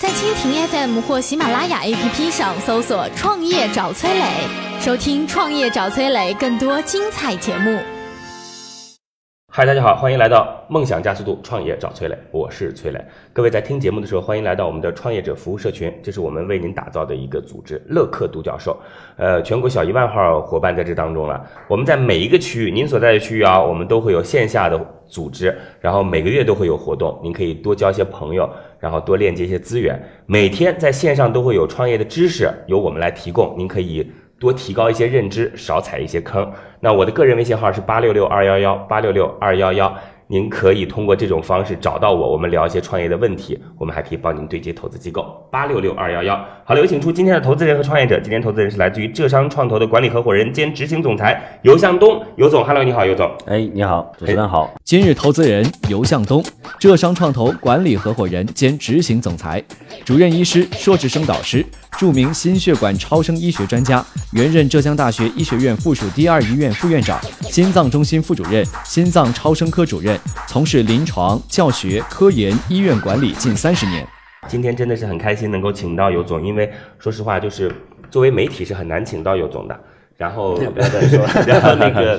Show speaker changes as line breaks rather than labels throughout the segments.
在蜻蜓 FM 或喜马拉雅 APP 上搜索“创业找崔磊”，收听“创业找崔磊”更多精彩节目。
嗨，大家好，欢迎来到梦想加速度创业找崔磊，我是崔磊。各位在听节目的时候，欢迎来到我们的创业者服务社群，这是我们为您打造的一个组织——乐客独角兽。呃，全国小一万号伙伴在这当中了、我们在每一个区域，您所在的区域啊，我们都会有线下的组织，然后每个月都会有活动，您可以多交一些朋友，然后多链接一些资源。每天在线上都会有创业的知识由我们来提供，您可以多提高一些认知，少踩一些坑。那我的个人微信号是八六六二幺幺八六六二幺幺，您可以通过这种方式找到我，我们聊一些创业的问题，我们还可以帮您对接投资机构八六六二幺幺。好了，有请出今天的投资人和创业者。今天投资人是来自于浙商创投的管理合伙人兼执行总裁尤向东，尤总，Hello，你好，尤总。
哎，你好，主持人好。
今日投资人尤向东，浙商创投管理合伙人兼执行总裁，主任医师、硕士生导师，著名心血管超声医学专家，原任浙江大学医学院附属第二医院副院长、心脏中心副主任、心脏超声科主任，从事临床教学、科研、医院管理近三十年。
今天真的是很开心能够请到尤总，因为说实话，就是作为媒体是很难请到尤总的。然后不要再说，然后那 个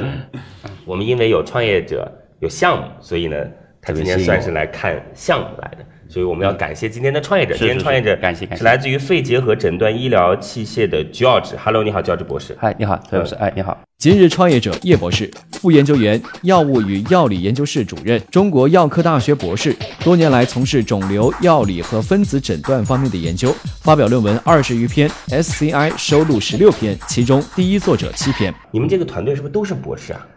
我们因为有创业者有项目，所以呢，他今天算是来看项目来的。所以我们要感谢今天的创业者，
是
今天
是
创业者
是感谢感谢
是来自于肺结核诊断医疗器械的 George。Hello，你好，George 博士。
嗨，你好，崔老师，哎，你好，
今日创业者叶博士，副研究员，药物与药理研究室主任，中国药科大学博士，多年来从事肿瘤药理和分子诊断方面的研究，发表论文二十余篇，SCI 收录十六篇，其中第一作者七篇。
你们这个团队是不是都是博士啊？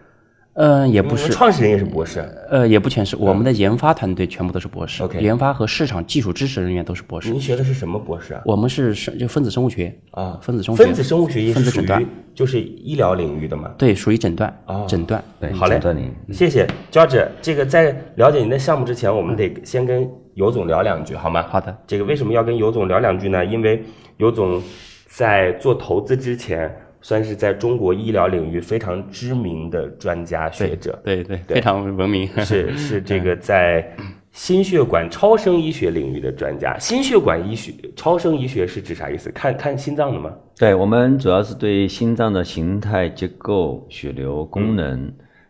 嗯，也
你
不
们
是，
创始人也是博士。啊
呃，也不全是，我们的研发团队全部都是博士
OK
研发和市场技术支持人员都是博士
您。学的是什么博士啊？
我们是生就分子生物学
啊
分子生物学，
分子生物学也
分
是属
子诊断
于，就是医疗领域的嘛。
对，属于诊断
啊，
诊断。
对，
好嘞
诊断你
嗯谢谢 George。这个在了解您的项目之前，我们得先跟尤总聊两句，好吗？
嗯好的。
这个为什么要跟尤总聊两句呢？因为尤总在做投资之前，算是在中国医疗领域非常知名的专家学者，
对对，
对
非常文明。
是是这个在心血管超声医学领域的专家。心血管医学、超声医学是指啥意思？看看心脏的吗？
对我们主要是对心脏的形态、结构、血流功能，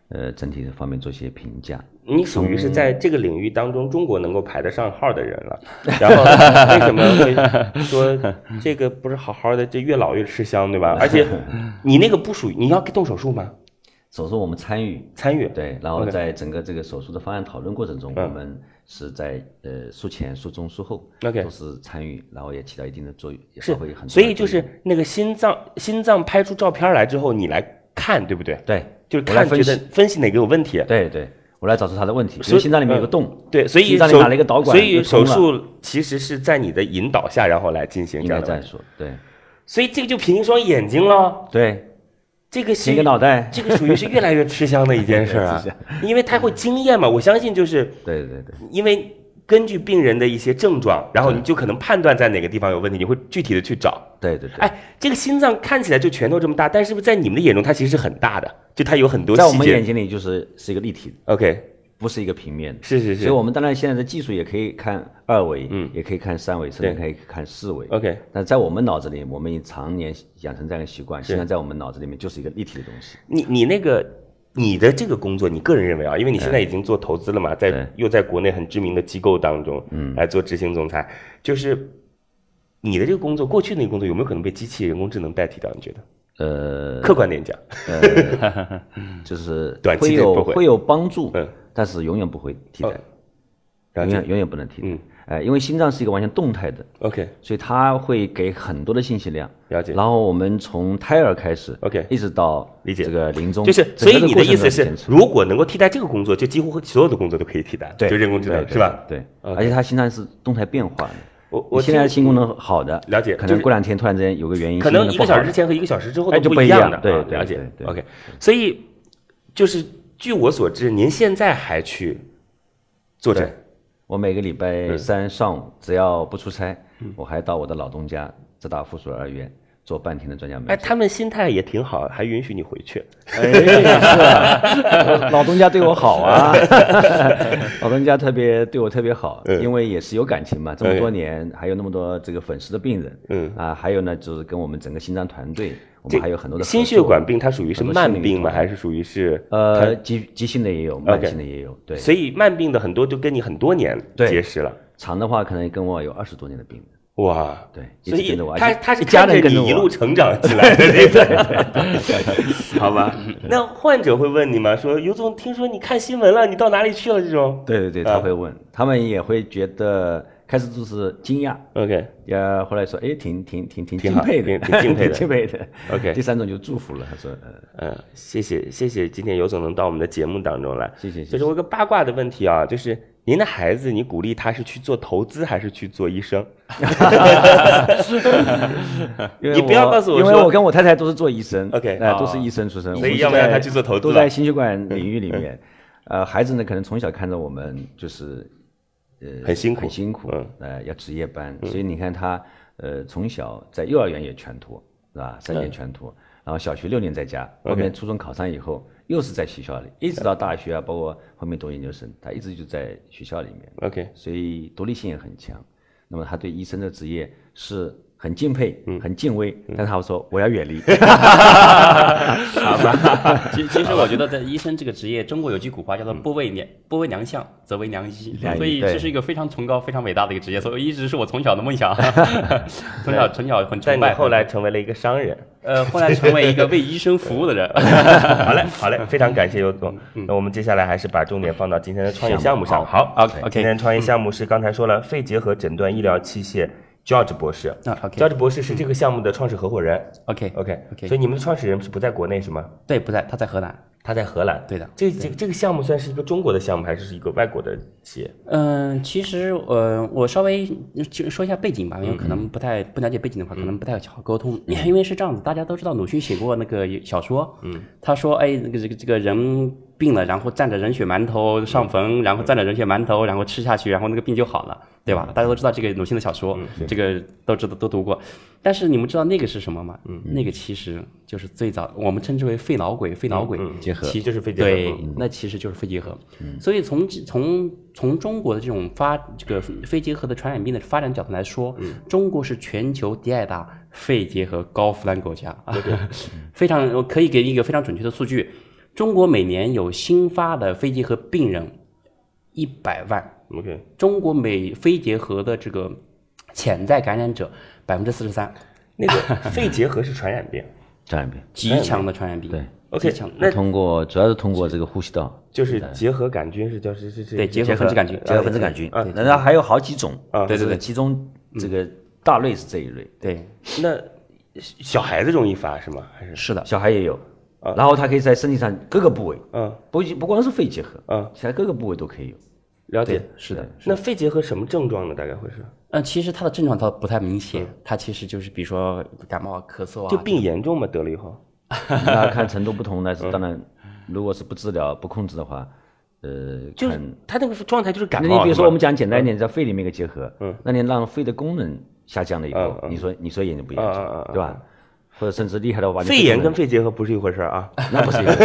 嗯
呃，整体的方面做一些评价。
你属于是在
嗯
这个领域当中中国能够排得上号的人了，然后为什么 会说这个不是好好的，这越老越吃香，对吧？而 且你那个不属于，你要动手术吗？
手术我们参与，
参与？
对，然后
OK
在整个这个手术的方案讨论过程中，
嗯
我们是在呃术前、术中、术后
OK
都是参与，然后也起到一定的作用，也
是
发挥很大的
所以就
作用
是那个心脏，心脏拍出照片来之后，你来看，对不对？
对，
就是
我来
看
分
觉得
析，
分析哪个有问题。
对对，我来找出它的问题，比
所以
如心脏里面有个
嗯
洞，
对，所以
心脏里
手
打了一个导管
所以
就通
手
了
术其实是在你的引导下，然后来进行
应
这
该
样的
这样
问题。
说，对
所以这个就凭一双眼睛了，
对，
这个
一
心
个脑袋，
这个属于是越来越吃香的一件事儿 啊
吃香，
因为他会经验嘛。我相信就是
对对对，
因为根据病人的一些症状，然后你就可能判断在哪个地方有问题，你会具体的去找。
对对对。
哎，这个心脏看起来就拳头这么大，但是不是在你们的眼中它其实是很大的？就它有很多
在我
细
们眼
节。
睛里就是是一个立体的，
OK，
不是一个平面的。
是是
所以
是
我们当然现在的技术也可以看二维，
嗯
也可以看三维，甚至
对呃
可以看四维。
，OK。
但在我们脑子里，我们已常年养成这样的习惯，
是
现在在我们脑子里面就是一个立体的东西。
你你那个你的这个工作，你个人认为啊，因为你现在已经做投资了嘛，在
对
又在国内很知名的机构当中，嗯，来做执行总裁，就是你的这个工作，过去那个工作有没有可能被机器人工智能代替掉？你觉得？
呃，
客观点讲，
就是
嗯短期
会
内不
有
会
会有帮助，
嗯
但是永远不会替代，
哦了
永
解
远永远不能替代。
嗯
呃，因为心脏是一个完全动态的，
，OK，
所以它会给很多的信息量。
了解
然后我们从胎儿开始
OK
一直到
理解
这个临终，
就是，所
整个
以你的
过程
意思
都
是
牵，扯
如果能够替代这个工作，就几乎所有的工作都可以替代，
对，
就人工智能
对
是吧？
对，对
OK
而且它心脏是动态变化的，
啊我我
现在
听
性功能好的，
了解
可
就
能
是
过两天突然之间有个原因，
可能一
性功
个
能
小
不好
时之前和一个小时之后
哎
都
就
不
不一
样
样
的，
对
啊
对
了解
对对
，OK。所以就是据我所知，您现在还去坐诊
对我每个礼
嗯
拜三上午，只要不出差，我还到我的老东家浙大附属二院做半天的专家门
哎，
诊。哎
他们心态也挺好，还允许你回去。
啊 老东家对我好啊，老东家特别对我特别好，
嗯
因为也是有感情嘛，这么多年还有那么多这个粉丝的病人，
哎嗯
啊，还有呢就是跟我们整个心脏团队，我
这
们还有很多的合
心血
作
管病，它属于是
很多心
慢
灵
病吗？
创
还是属于是？
呃，急急性的也有，慢
OK
性的也有，对，
所以慢病的很多就跟你很多年
对
结识了。
长的话可能跟我有二十多年的病人，
哇，
对，一
所
直
以
跟着我，而
他
且
他是
一家
看着
人跟着
你
我
一路成 长起来的那种，好吧？ 那患者会问你吗？说尤总，听说你看新闻了，你到哪里去了？这种
对对对，
啊
他会问，他们也会觉得开始就是惊讶，
，OK，
呃，后来说，哎，挺挺挺挺
挺
敬
好
佩的，
挺挺敬佩 的
敬佩的。
OK
第三种就是祝福了，他说，呃，
嗯，谢谢谢谢，今天尤总能到我们的节目当中来，
谢谢谢谢
就是我有个八卦的问题啊，就是您的孩子，你鼓励他是去做投资还是去做医生？
因为
你不要告诉我
因为
说
我跟我太太都是做医生
OK，
呃，
啊
都是医生出身，我
所
们
以
是
要不然
在
他去做投资
都
了嗯
在心血管领域里面。呃，孩子呢，可能从小看着我们就是，呃，
很辛苦
很辛苦
嗯，
呃，要值夜班，所以你看他，呃，从小在幼儿园也全托，是吧？三
嗯
年全托，然后小学六年在家，后面初中考上以后。又是在学校里，一直到大学啊，包括后面读研究生，他一直就在学校里面。
OK，
所以独立性也很强。那么他对医生的职业是很敬佩、
嗯
很敬畏，但他说我要远 离。
好吧。其其实我觉得，在医生这个职业，中国有句古话
嗯
叫做“不为良不为良相，则为良医”，
良医
所以这
对
是一个非常崇高、非常伟大的一个职业，所以一直是我从小的 梦想。从小从小很
但
崇
你
拜。
后来成为了一个商人。
呃，后来成为一个为医生服务 的人。
好嘞，好嘞，非常感谢尤总。那我们接下来还是把重点放到今天的创业项目上。好
OK，OK
今天创业项目是刚才说了肺结核诊断医疗器械 George 博士。
啊，OK
George 博士是这个项目的创始合伙人。
OK
OK
OK
所以你们的创始人是不在国内是吗？
对，不在，他在河南。
他在荷兰。
对的
这这这个项目算是一个中国的项目，还是一个外国的企业？
嗯，其实呃，我稍微就说一下背景吧，因为可能不太不了解背景的话，可能不太好沟通。 因为是这样子，大家都知道鲁迅写过那个小说，嗯，他说，哎，这个这个这个人病了，然后蘸着人血馒头上坟，然后蘸着人血馒头，然后吃下去，然后那个病就好了，对吧？大家都知道这个鲁迅的小说，这个都知道都读过。但是你们知道那个是什么吗？嗯，那个其实就是最早我们称之为肺老鬼，肺老鬼
结核
其
嗯就是肺结核
对
嗯，
那其实就是肺结核。所以从从从中国的这种发这个肺结核的传染病的发展角度来说，
嗯
中国是全球第二大肺结核高发量国家， 非常我可以给你一个非常准确的数据，中国每年有新发的肺结核病人一百万，
OK，
中国每肺结核的这个潜在感染者百分之四十三，
那个肺结核是传染病。
传染病
极强的传染病，
对
，OK，
极强的
那
通过主要是通过这个呼吸道
就是结核杆菌是叫是是是
对 结核
是
分支杆菌，
结核分支杆菌
啊，
然后还有好几种
啊
但是
对嗯对对
其中这个大类是这一类，
对，
那小孩子容易发是吗？还是
是的，啊
小孩也有，然后他可以在身体上各个部位，
嗯，
不不光是肺结核，
嗯
其他各个部位都可以有。
了解。
啊是的。
那肺结核什么症状呢？大概会是
呃，其实它的症状倒不太明显，它其实就是比如说感冒、啊、咳嗽啊，
就病严重吗？得了以后？
那看程度不同
嗯
呢，是当然，如果是不治疗不控制的话，呃，
就是
看
他那个状态就是感
那
冒。
你比如
是
说
吧
我们讲简单一点，在肺里面一个结核，
嗯
那你让肺的功能下降了以后
嗯，嗯
你说你说严重不严
嗯嗯嗯
重，
嗯
对吧？或者甚至厉害的话，把你
肺炎
功能
跟肺结核不是一回事儿啊，
那不是一回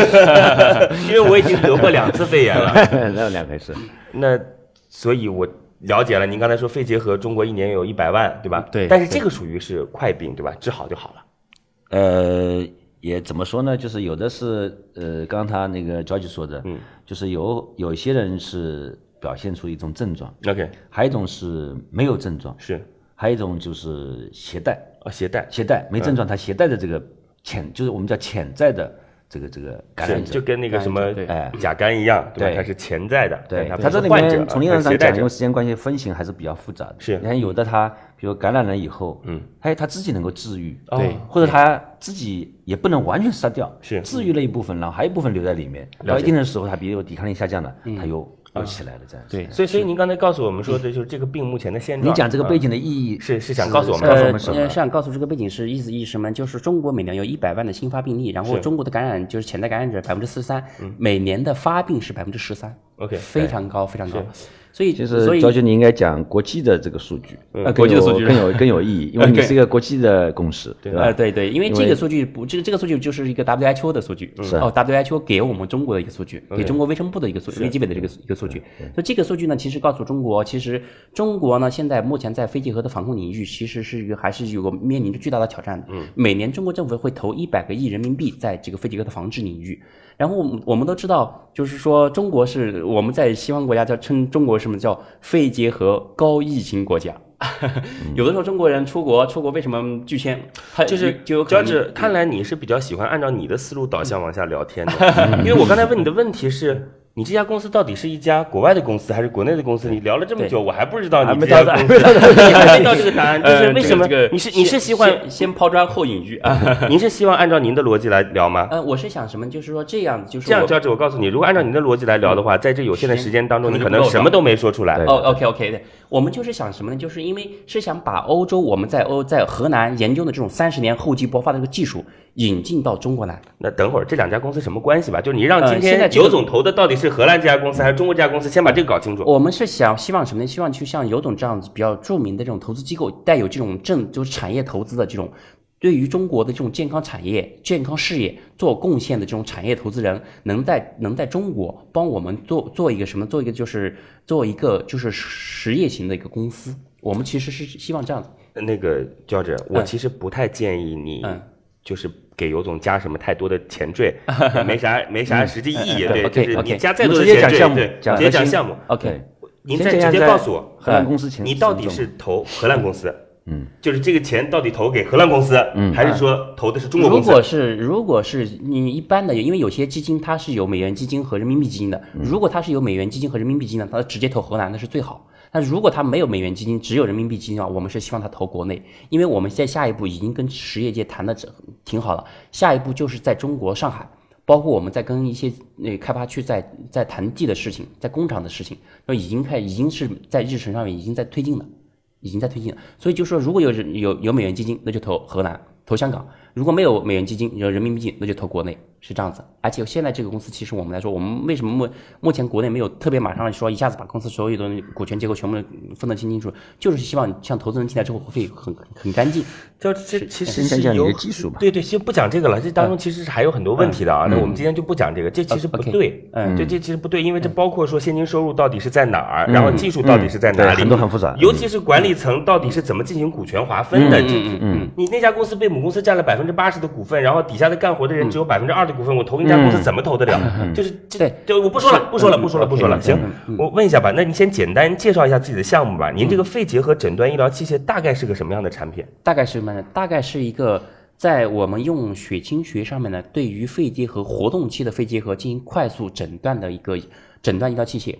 因
事，
为我已经得过两次肺炎了。
那是两回事。
那所以，我了解了。您刚才说肺结核，中国一年有一百万，对吧？
嗯
对
但是这个属于是快病，对吧？治好就好了。
呃，也怎么说呢？就是有的是呃，刚刚他那个 George 说的，嗯，就是有有一些人是表现出一种症状，
OK，
还有一种是没有症状，
是
还有一种就是携带，嗯
哦，携带
携带没症状，他携带的这个潜，就是我们叫潜在的这个这个感
是
染
就
者。
跟那个什么
感染者对
哎
甲肝一样，对吧？
对
它是潜在的，
对，
但它
他这
不是哎
里
患者
面，从理
它
论
是
上
携带
讲，因
者
为。时间关系，分型还是比较复杂的。
是
你看有的他，比如感染了以后，嗯，哎，他自己能够治愈，
对
或者他自己也不能完全杀掉，
是
治愈了一部分，然后还有一部分留在里面，到一定的时候，他比如抵抗力下降了，他又又起来了，这样子。
对
所以，所以您刚才告诉我们说的就是这个病目前的现状。
你讲这个背景的
啊，
意义
是是想告诉我们
告
告
诉
诉
我
我
们
们
什
什
呃，
么
是？想告诉这个背景是意思意思什么？就是中国每年有一百万的新发病例，然后
是
中国的感染就是嗯潜在感染者百分之四十三，每年的发病是百分之十三
OK，
非常高，非常高。所以，
其
所
实，
以
赵军，你应该讲国际的这个数据，
啊国际的
嗯更有
数据
更有更有意义，因为你
OK
是一个国际的公司，对吧
呃，？对对，因为
因
这
为
个数据不，这个这个数据就是一个 WHO 的数据，
是
哦，WHO 给我们中国的一个数据，给中国卫生部的一个数，卫计委的这
嗯
个一个数据。那这个数据呢，其实告诉中国，其实中国呢，现在目前在非结合的防控领域，其实是一个还是有个面临着巨大的挑战的。嗯，每年中国政府会投一百个亿人民币在这个非结合的防治领域。然后我们我们都知道，就是说中国是我们在西方国家叫称中国什么叫非结合高疫情国家。
嗯
有的时候中国人出国，出国为什么拒签？他
就是
就有可能
Judge，看来你是比较喜欢按照你的思路导向往下聊天的，
嗯
因为我刚才问你的问题是。你这家公司到底是一家国外的公司还是国内的公司？你聊了这么久，我还不知道你这家公司， 你还没 到这个答
呃
案，就是为什么？你是你是喜 欢
先先抛砖后引玉 啊？
您是希望按照您的逻辑来聊吗？
呃，我是想什么，就是说这样，就是
这样，
我嗯
Judge，我告诉你，如果按照您的逻辑来聊的话，在这有限的时间当中，你可能什么都没说出来。
哦，OK OK 的，我们就是想什么呢？就是因为是想把欧洲我们在欧在河南研究的这种三十年厚积薄发的这个技术引进到中国来。
那等会儿这两家公司什么关系吧？就是你让
呃
今
现在
天
这个
刘总投的到底是荷兰这家公司还是中国这家公司，先把这个搞清楚。
我们是想希望什么呢？希望去像有种这样子比较著名的这种投资机构，带有这种正就是产业投资的这种。对于中国的这种健康产业、健康事业做贡献的这种产业投资人，能在能在中国帮我们做做一个什么？做一个就是做一个就是实业型的一个公司。我们其实是希望这样子。
那个 George，我
嗯
其实不太建议你
嗯，
就是给尤总加什么太多的前 缀，也没啥没啥实际意义。
嗯
对，
OK，
就是你
OK
加再多
直
的
接
前
讲
缀
项，目
对，，
讲
直接
核
讲
心
项目。
OK，
您
先
再
这
直
样
接
在
告诉我，嗯
荷兰公司前
你到底是投荷兰公司？嗯，就是这个钱到底投给荷兰公司，嗯，还是说投的是中国
如
公司？
果是如果是你一般的，因为有些基金它是有美元基金和人民币基金的，
嗯
如果它是有美元基金和人民币基金的，它直接投荷兰那是最好。但如果它没有美元基金，只有人民币基金的啊话，我们是希望它投国内，因为我们现在下一步已经跟实业界谈的挺好了，下一步就是在中国上海。包括我们在跟一些那开发区在在谈地的事情，在工厂的事情，都已经开已经是在日程上面已经在推进了。已经在推进了。所以就说，如果有人有有美元基金，那就投荷兰、投香港；如果没有美元基金，有人民币，那就投国内，是这样子。而且现在这个公司，其实我们来说，我们为什么目目前国内没有特别马上说一下子把公司所有的股权结构全部分得清清楚，就是希望像投资人进来之后会很很很干净。
就这其实是
先讲你
有
的
很
技术吧
对对，先不讲这个了，这当中其实是还有很多问题的啊。那我们今天就不讲这个，这其实不
OK，
对，
嗯
对，这其实不对，因为这包括说现金收入到底是在哪儿，然后技术到底是在
对
哪里，
很多很复杂
尤其是管理层到底是怎么进行股权划分的。这
嗯嗯
你那家公司被母公司占了百分之八十的股份，然后底下的干活的人只有百分之二的股份，我投一家公司怎么投得了？ 就是这
对，
对，我不说了，不说了，不说了，
嗯
不说了。
嗯
行，我问一下吧，那你先简单介绍一下自己的项目吧。您这个肺结核诊断医疗器械大概是个什么样的产品？
大概是什么呢？大概是一个在我们用血清学上面呢，对于肺结核活动期的肺结核进行快速诊断的一个诊断医疗器械。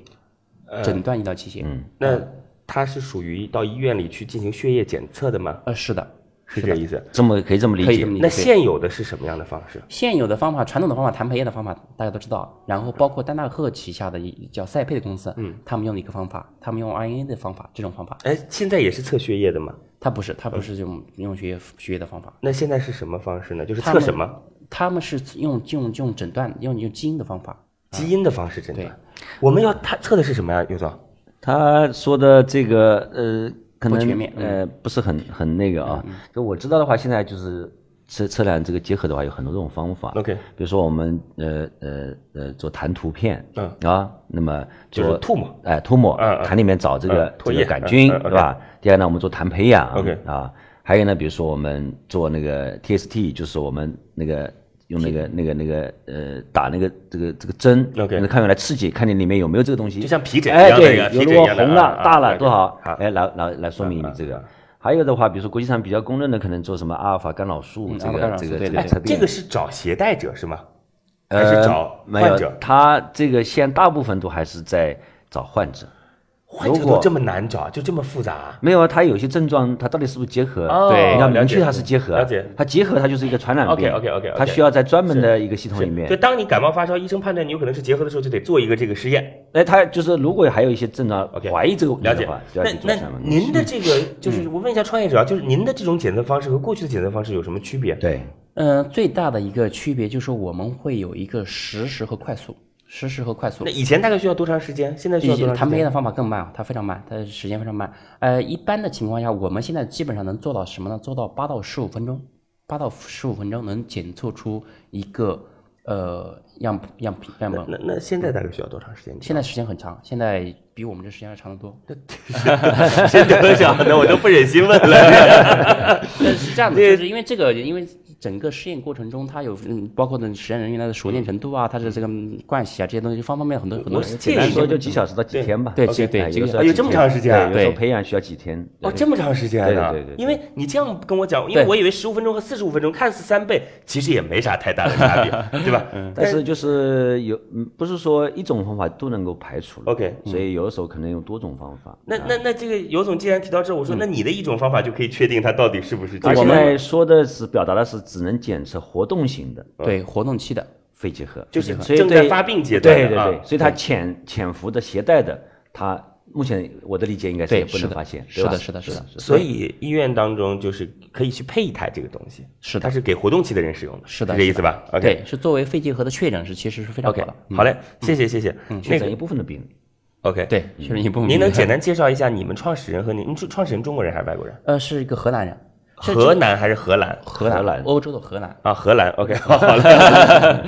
诊断医疗器械，嗯，
那它是属于到医院里去进行血液检测的吗？
呃，是的，
是这个意思？
这么可以这么理
可以
解
这么理解。
那现有的是什么样的方式？
现有的方法，传统的方法，谭培业的方法，大家都知道。然后包括丹纳赫旗下的一叫赛佩的公司，嗯，他们用的一个方法，他们用 RNA 的方法，这种方法，
哎，现在也是测血液的吗？
它不是，
嗯
它不是用用血液血液的方法，
那现在是什么方式呢？就是
他
测
们
什么
他们是用用用诊断，用用基因的方法。
基因的方式诊断？我们要他测的是什么呀，尤总？
他说的这个呃，可能
不全面嗯
呃不是很很那个
嗯
啊。就我知道的话，现在就是测测量这个结合的话，有很多种方法。
OK
比如说我们呃呃呃做痰图片，
嗯
啊，那么做
就是吐沫，
哎吐沫，
嗯嗯
痰里面找这个
嗯唾
这
液
个杆菌，
嗯嗯，OK
对吧？第二呢，我们做痰培养
OK
啊，还有呢，比如说我们做那个 TST，就是我们那个。用那个、那个、那个，呃，打那个这个这个针
OK
那个抗原来刺激，看你里面有没有这个东西，
就像皮疹一
哎，
样的一
对
个，皮
有
疹
如
一
果
样的
红
啊
了、
啊
大了
对
多少
好？嗯
哎，来来来说明你这个。还有的话，比如说国际上比较公认的，可能做什么阿尔法干扰素
嗯
这
阿尔法干
个
扰
这
素
个
对
这
对
个
对
测
哎这
定
个，是找携带者是吗？还
呃
是找
没有
患者？
他这个现大部分都还是在找患者，
患者
如
都
果
这么难找，就这么复杂？
没有啊，它有些症状，它到底是不是结核？
哦对
你要明
了解
确它是结核。
了解
它结核它就是一个传染病。
OK，OK，OK，OK
它需要在专门的一个系统里面
就。当你感冒发烧，医生判断你有可能是结核的时候，就得做一个这个实验。
哎，它就是如果还有一些症状
OK，
怀疑这个问题
了解
的话，。就要
那
去做
那
相关的嗯东西
您的这个就是我问一下创业者啊，就是您的这种检测方式和过去的检测方式有什么区别？
对
呃，最大的一个区别就是我们会有一个实时和快速，实时和快速
那。以前大概需要多长时间？现在需要多长
他
时
们
间？
的方法更慢，它非常慢，它时间非常慢。呃，一般的情况下，我们现在基本上能做到什么呢？做到八到十五分钟，八到十五分钟能检测出一个呃样样品样本。
那那现在大概需要多长时间？
现在时间很长，现在比我们这时间要长得多。
真 的想的，我都不忍心问 了。
但是这样的，就是因为这个，因为整个试验过程中，它有嗯，包括呢实验人员的熟练程度啊，它的这个嗯惯习啊，这些东西，方方面面很多很多
我
东西。
建
简单
议
说就几小时到几天吧。
对对对
哎
这
有的
个
时候
有
几
这么
天
长时间啊
对，有时候
对
培养需要几天。
哦，
对
这么长时间呢？
对对对对
因为你这样跟我讲，因为
对
我以为十五分钟和四十五分钟看似三倍，其实也没啥太大的差 别，对吧？
嗯但是就是有，嗯不是说一种方法都能够排除了
OK，嗯
所以有的时候可能用多种方法。
那
啊
那那这个尤总既然提到这，我说那你的一种方法就可以确定它到底是不是这
他
个
嗯现在说的是表达的是只能检测活动型的
对活动期的，
肺结核，
就是
所以
正在
对
发病阶段
对对
的啊
对，所以它潜潜伏的携带的，它目前我的理解应该是
对
也不
是
能
的
发现，
是
对吧
的是的是的
所以医院当中就是可以去配一台这个东西，
是的
它是给活动期的人使用的，
是的
这意
是
思吧
对嗯
？OK
是作为肺结核的确诊是其实是非常好
OK，
的。
好嘞，谢谢谢谢，
确
嗯
那
诊一
个
部分的病，
OK，
对，，确实一部分。
您能简单介绍一下你们创始人和您，您是创始人中国人还是外国人？
呃是一个荷兰人，是
河南还是荷兰？
荷
荷兰
欧洲的荷兰。
啊，荷兰。OK，好 好了，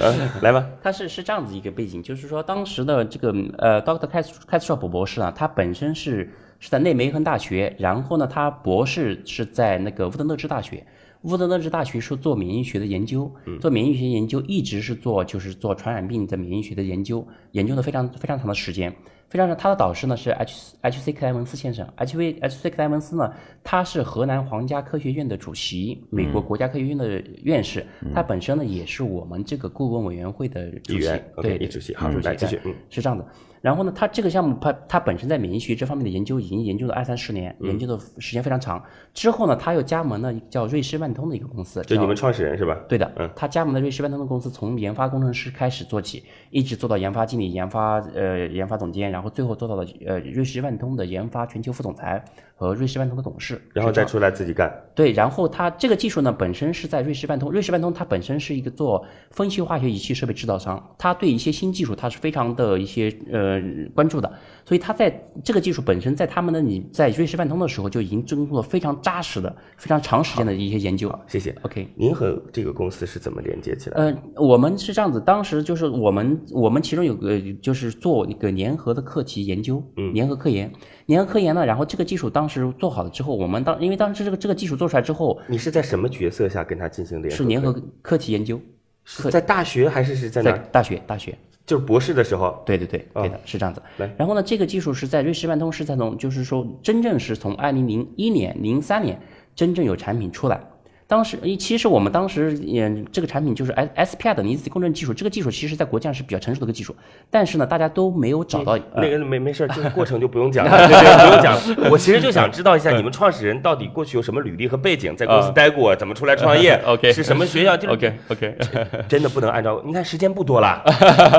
嗯来吧。
他是是这样子一个背景，就是说当时的这个呃，Dr. 开开斯 s 普博士啊，他本身是是在内梅亨大学，然后呢，他博士是在那个乌德勒支大学。乌德勒支大学是做免疫学的研究，
嗯
做免疫学研究一直是做就是做传染病的免疫学的研究，研究了非常非常长的时间。非常长，他的导师呢是 H H C 克莱文斯先生，H V H C 克莱文斯呢，他是荷兰皇家科学院的主席，美
嗯
国国家科学院的院士，他本身呢也是我们这个顾问委员会的
议
主席
员，
对
OK，一主席，好，
主席
来继续
对，
嗯，
是这样的。然后呢，他这个项目它它本身在免疫学这方面的研究已经研究了二三十
嗯
年，研究的时间非常长。之后呢，他又加盟了一个叫瑞士万通的一个公司，
就
叫
你们创始人是吧？
对的，
嗯
他加盟的瑞士万通的公司，从研发工程师开始做起，一直做到研发经理、研发呃研发总监，然后最后做到了呃瑞士万通的研发全球副总裁和瑞士万通的董事。
然后
是这
再
样
出来自己干。
对，然后它这个技术呢，本身是在瑞士万通，瑞士万通它本身是一个做分析化学仪器设备制造商，它对一些新技术它是非常的一些呃关注的，所以它在这个技术本身在他们的你在瑞士万通的时候就已经进入了非常扎实的、非常长时间的一些研究。
谢谢。
OK。
您和这个公司是怎么连接起来的？
呃，我们是这样子，当时就是我们我们其中有个就是做一个联合的课题研究，嗯，联合科研，联合科研呢，然后这个技术当时做好了之后，我们当因为当时这个这个技术做出来之后，
你是在什么角色下跟他进行联合？
是联合课题研究，
是在大学还是是在哪
在
儿？
大学大学，
就是博士的时候。
对对对，
啊
对的，是这样子
来。
然后呢，这个技术是在瑞士万通是在从，就是说真正是从二零零一年、零三年真正有产品出来。当时，诶其实我们当时，嗯，这个产品就是 S SPI 的离子共振技术，这个技术其实在国际上是比较成熟的一个技术，但是呢，大家都没有找到呃
嗯那个
嗯
没没事儿，这个过程就不用讲 了，对对，不用讲。我其实就想知
嗯
道一下你们创始人到底过去有什么履历和背景，在公司待过，怎么出来创业
嗯 OK
是什么学校？就是
OK OK，
真的不能按照，你看时间不多了，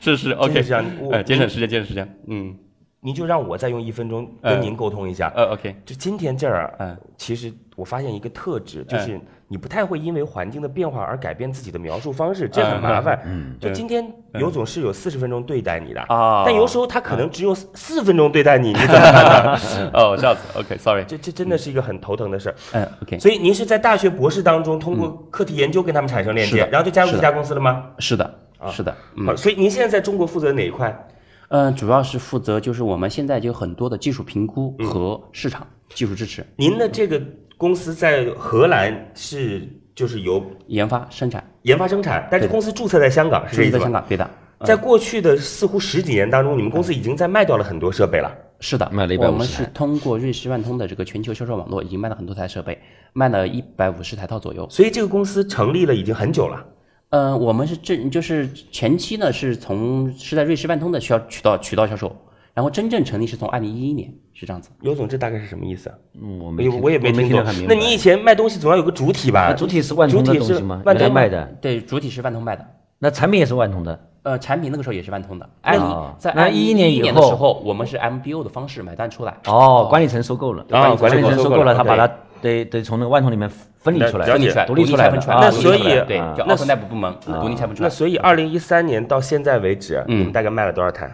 是是 OK，
真是这样我
呃，节省时间，节省时间，嗯，
你就让我再用一分钟跟您沟通一下。
呃 OK，
就今天这儿啊
嗯，
其实我发现一个特质，就
哎
是你不太会因为环境的变化而改变自己的描述方式，这
哎
很麻烦。
嗯
就今天尤总是有四十分钟对待你的
啊
但有时候他可能只有四四分钟对待你，你怎么办 呢？
哦，这样子，OK，Sorry，、
这这真的是一个很头疼的事儿。哎
嗯，OK，
所以您是在大学博士当中通过课题研究跟他们产生链
是
接，
的
然后就加入
是
这
的
家公司了吗？
是的，
啊
是的，嗯
好，，所以您现在在中国负责哪一块？
呃，主要是负责就是我们现在就有很多的技术评估
嗯
和市场技术支持、
您的这个公司在荷兰是就是由
研发、生产，
研发生产，但是
对的
公司注册在香港，是
这
这
是
意思
在
吧
香？港，对的。
在过去的似乎十几年当中，你们公司已经在卖掉了很多设备了。
是的，
卖了150
我们
台
是通过瑞士万通的这个全球销售网络，已经卖了很多台设备，卖了一百五十台套左右。
所以这个公司成立了已经很久了。
呃，我们是正就是前期呢是从是在瑞士万通的需要渠道渠道销售，然后真正成立是从二零一一年，是这样子。
有种这大概是什么意思啊？
嗯，我
我
没
也
听
我也没
没
听
得
懂
很明。
那
白
你以前卖东西总要有个主体吧？
那主体是万通
主
的
体
东
是
西吗？
万
原来
通
卖的，
对，主体是万通卖的，
那产品也是万通的。
呃，产品那个时候也是万通的。
哎
二
哦
一在
那
二
11
年
年以
的时
后
候，我们是 MBO 的方式买单出来。
哦，管理层收购了
啊管理
理
层
层
收
收
购
购
了
了，他把
，OK
它得得从那个万通里面分离
了
出来，
了解
出来，
独立出来
拆分
的
出来
啊
的，
那
独立
所
出来的
以
对
啊，
叫
那
奥特奈普部门独立拆分出
那
来。
所以，二零一三年到现在为止，
嗯
你们大概卖了多少台？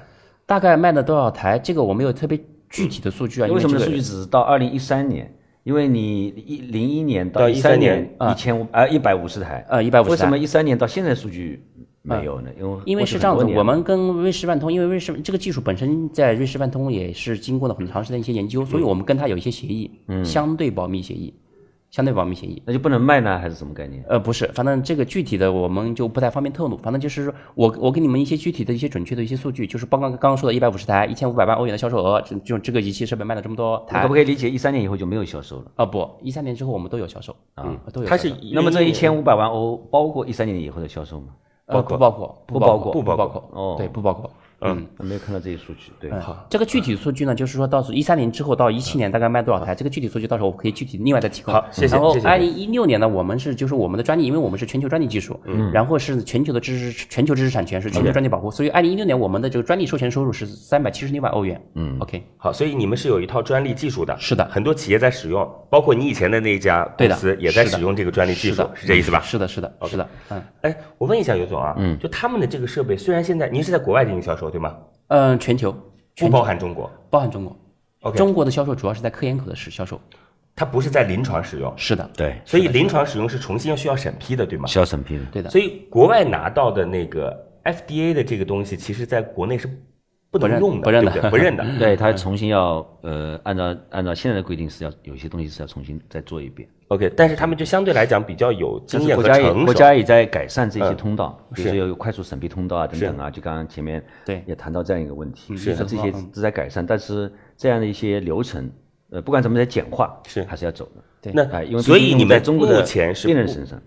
大概卖了多少台？这个我没有特别具体的数据啊，因
嗯为什么
这
数
个
据只是到二零一三年？因为你一零一年
到
到一三
13年
一千五呃一百五十台啊
呃150台
为什么一三年到现在数据没有呢？因为
因为是这样子，我们跟瑞士万通，因为瑞士这个技术本身在瑞士万通也是经过了很长时间一些研究，所以我们跟他有一些协议，相对保密协议，相对保密协议。
那就不能卖呢，还是什么概念？
呃，不是，反正这个具体的我们就不太方便透露。反正就是说我我给你们一些具体的一些准确的一些数据，就是包括刚刚说的一百五十台一千五百万欧元的销售额，这就这个仪器设备卖了这么多台
可不。可以理解一三年以后就没有销售了？
啊、不，一三年之后我们都有销售，嗯，都有
它
销售。
是
那么这一千
五，
五百万欧包括一三年以后的销售吗？
呃不包括
不包
包
括
不
不包
包
括
括
哦
对不包括嗯。
没有看到这些数据，
嗯
对，
好，这个具体数据呢，就是说到时候一三年之后到一七年大概卖多少台，这个具体数据到时候我可以具体另外再提供。
好谢谢
然后
谢谢
二零一六年呢，我们是就是我们的专利，因为我们是全球专利技术，嗯，然后是全球的知识全球知识产权是全球专利保护，所以二零一六年我们的这个专利授权收入是三百七十六万欧元。嗯，OK，
好，所以你们是有一套专利技术的，
是的
很多企业在使用，包括你以前的那一家公
对的
司也在
是的
使用这个专利技
是
术
的，
是这意思吧？
是的，是的，是的，嗯
哎，我问一下尤总啊，嗯，就他们的这个设备，虽然现在您是在国外进行销售对吗？
嗯，全球
不包含中国，
包含中国
OK
中国的销售主要是在科研口的市销售。
它不是在临床使用，
是的，
对，
所以临床使用是重新要需要审批的，对吗？
需要审批的。
对的
所。以国外拿到的那个 FDA 的这个东西，其实在国内是不
不
能
认
用的，
不认
对对
的嗯
不认 的。
对他重新要呃，按照按照现在的规定是要有些东西是要重新再做一遍。
OK，但是他们就相对来讲比较有经
但是
验和
国家
成熟。
也国家也在改善这些
嗯
通道，比如
是
说有快速审批通道啊等等啊，就刚刚前面
对
也谈到这样一个问题，
是
那这些
嗯
都在改善，但是这样的一些流程，呃，不管怎么在简化，
是
还是要走的。
对
那
哎，因为
所
毕
以
竟
你
在
们
中国
目
的
前是
病人
不
身上，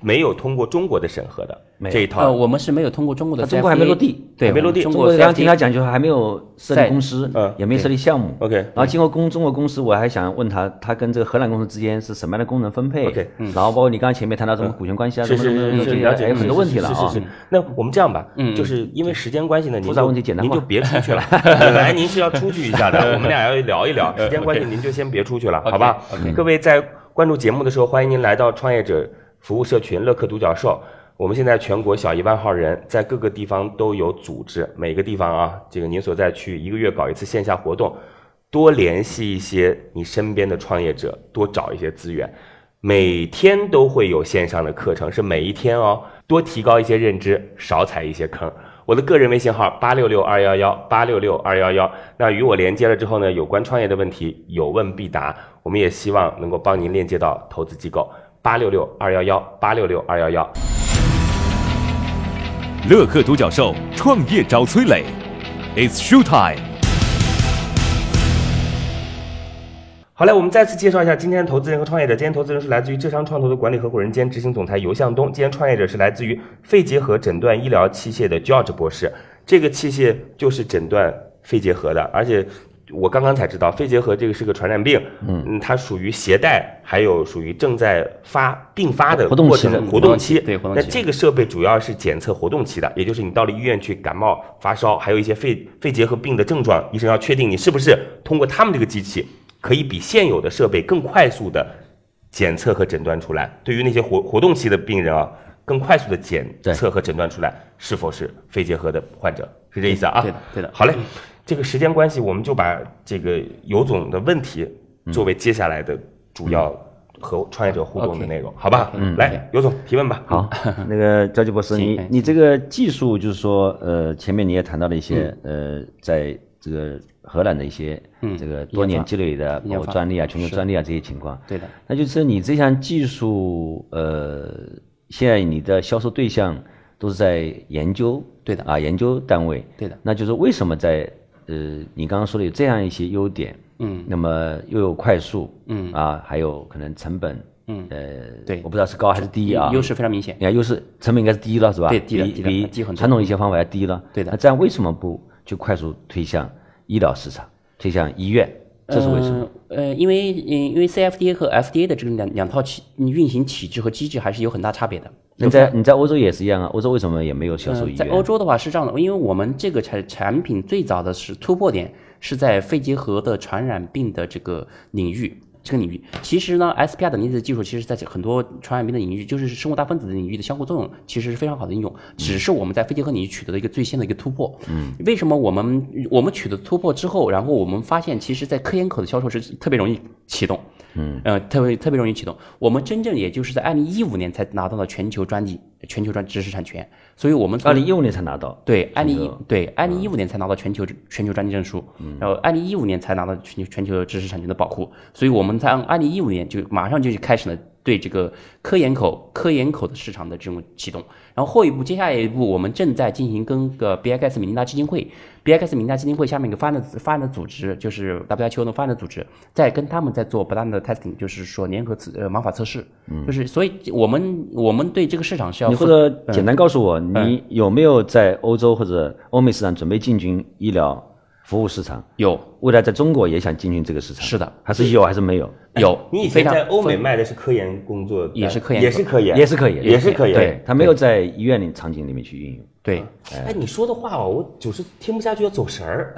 没有通过中国的审核的
没有
这一
呃，
套。
我们是没有通过中国的
它中国还
CFDA
没落地
对，
还没落地
我
中
们中国
国刚刚
CFDA
听他讲，就是还没有设立
在
公司
嗯，
也没有设立项目。
OK，
然后经过公中国公司，我还想问他，他跟这个荷兰公司之间是什么样的功能分配
OK，嗯
然后包括你刚刚前面谈到什么股权关系啊，什
是
么
是
什么什
是
么这
是，
些
了解
哎有很多问题了啊
是是。是。那我们这样吧，
嗯
就是因为时间关系呢，您
复杂
就
问题简单
您
化
就别出 去了。本来您是要出去一下的，我们俩要聊一聊。时间关系，您就先别出去了，好吧？各位在关注节目的时候，欢迎您来到创业者服务社群乐客独角兽。我们现在全国小一万号人，在各个地方都有组织，每个地方啊，这个您所在区一个月搞一次线下活动，多联系一些你身边的创业者，多找一些资源。每天都会有线上的课程，是每一天哦，多提高一些认知，少踩一些坑。我的个人微信号八六六二幺幺八六六二幺幺，那与我连接了之后呢，有关创业的问题有问必答，我们也希望能够帮您链接到投资机构八六六二幺幺八六六二幺幺。
乐客独角兽创业找崔磊，It's show time。
好嘞，我们再次介绍一下今天的投资人和创业者。今天投资人是来自于浙商创投的管理合伙人兼执行总裁尤向东，今天创业者是来自于肺结核诊断医疗器械的 George 博士。这个器械就是诊断肺结核的，而且我刚刚才知道，肺结核这个是个传染病，嗯，它属于携带，还有属于正在发并发的
活动
过
期的
程活动期，
对活动
那
期
这个设备主要是检测活动期的，也就是你到了医院去感冒、发烧，还有一些肺肺结核病的症状，医生要确定你是不是通过他们这个机器，可以比现有的设备更快速的检测和诊断出来。对于那些活活动期的病人啊，更快速的检
对
测和诊断出来是否是肺结核的患者，是这意思啊？
对的对的
好嘞，这个时间关系，我们就把这个尤总的问题
嗯
作为接下来的主要和创业者互动的
OK 嗯
内容，好吧？来，尤总提问吧。
好，那个赵吉博士，
啊行
你
哎
你这个技术就是说，呃，前面你也谈到了一些，
嗯
呃，在这个荷兰的一些这个多年积累的，包
研
括
发
专利啊、全球专利啊这些情况。
对的，
那就是你这项技术，呃，现在你的销售对象都是在研究，
对的
啊，研究单位，
对的
那就是为什么在呃，你刚刚说的有这样一些优点，嗯，那么又有快速，嗯啊，还有可能成本，嗯，呃，
对
我不知道是高还是低啊，
优势非常明显。
你看优势成本应该是低了是吧？
对低了
比
低了
比
低很多
传统一些方法要低了。
对的
那这样为什么不去快速推向医疗市场，推向医院，这是为什么？
呃，呃因为嗯，因为 CFDA 和 FDA 的这个两两套体运行体制和机制还是有很大差别的。
你在你在欧洲也是一样啊，欧洲为什么也没有销售医
嗯呃在
院？
欧洲的话是这样的，因为我们这个产产品最早的是突破点是在肺结核的传染病的这个领域。这个领域，其实呢，SPR 等离子技术，其实在很多传染病的领域，就是生物大分子的领域的相互作用，其实是非常好的应用。只是我们在肺结核领域取得了一个最先的一个突破。嗯，为什么我们我们取得突破之后，然后我们发现，其实在科研口的销售是特别容易启动。嗯，呃，特别特别容易启动。我们真正也就是在二零一五年才拿到了全球专利、全球专知识产权，所以我们从
二零一五年才拿到，
对，二零
全
一
球
对二
嗯
零一五年才拿到全球全球专利证书，然后二零一五年才拿到全球全球知识产权的保护，所以我们在二零一五年就马上就开始了对这个科研口科研口的市场的这种启动。然后后一步，接下来一步，我们正在进行跟个 BX 米林达基金会，BX 米林达基金会下面一个发展的发展的组织，就是 WHO 的发展组织，在跟他们在做不断的 testing，就是说联合测呃盲法测试，
嗯
就是所以我们我们对这个市场是要嗯
你或
负
者简单告诉我，你有没有在欧洲或者欧美市场准备进军医疗服务市场？
有
未来在中国也想进军这个市场？
是的
还是有还是没有？
有
哎你以
非
前
常
在欧美卖的是科研工作的，
也是科研
也是科研，
也是科研
也是科研。
对，他没有在医院里场景里面去运用。
对。
哎，你说的话哦，我就是听不下去，要走神 儿。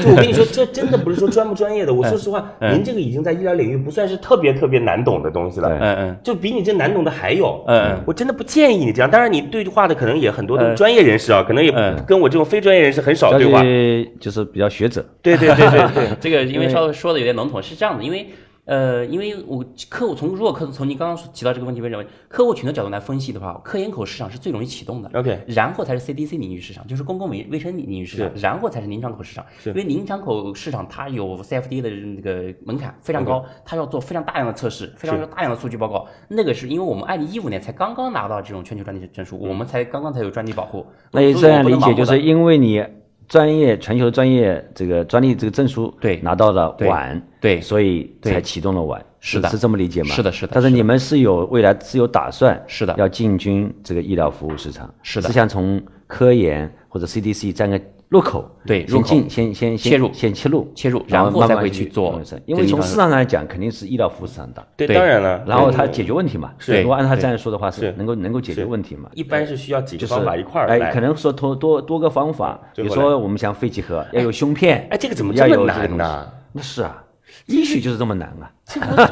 就我跟你说，这真的不是说专不专业的。
嗯
我说实话，您这个已经在医疗领域不算是特别特别难懂的东西了。
对
嗯嗯，
就比你这难懂的还有，
嗯嗯
我真的不建议你这样。当然，你对话的可能也很多
嗯
都是专业人士啊，可能也跟我这种非专业人士很少
要
对 话。
去就是比较学者，
对对对对对，
这个因为稍微说的有点笼统，是这样的，因为呃，因为我客户从如果客户从您刚刚提到这个问题，为什么客户群的角度来分析的话，科研口市场是最容易启动的。
OK
然后才是 CDC 领域市场，就是公共卫卫生领域市场，然后才是临床口市场。因为临床口市场它有 CFD 的那个门槛非常高，它要做非常大量的测试，非常大量的数据报告。那个是因为我们二零一五年才刚刚拿到这种全球专利证书，我们才刚刚才有专利保护。
嗯那也
所以
这
我
样
不
理
能
解，
盲目
就
地
是因为你专业全球专业这个专利这个证书
对
拿到了
对
晚，
对
所以
对
才启动了晚，
是的
是这么理解吗？
是的是的
但是
是的
你们是有未来是有打算，
是的
要进军这个医疗服务市场，
是的
是想从科研或者 CDC 占个入口，
对入
先
口
进先先先
切入
先切入
切入
然
然后
慢
再
慢
会
去
去做
嗯是因为
这
从
个
市场上来讲，肯定是医疗服务市场大。
对，
对
当然了。
然后它
对
解决问题嘛，
是
如果按他这样说的话，
是
是能够能够解决
是
问题嘛。
一般是需要几个
就是
方法一块儿
哎，
来
可。能说多多多个方法，比
最
如
后
说我们想肺结核，要有胸片，
哎，这个怎么
要
这
有
么
这个
难
东西？
呢？
那是啊，医学就是这么难啊。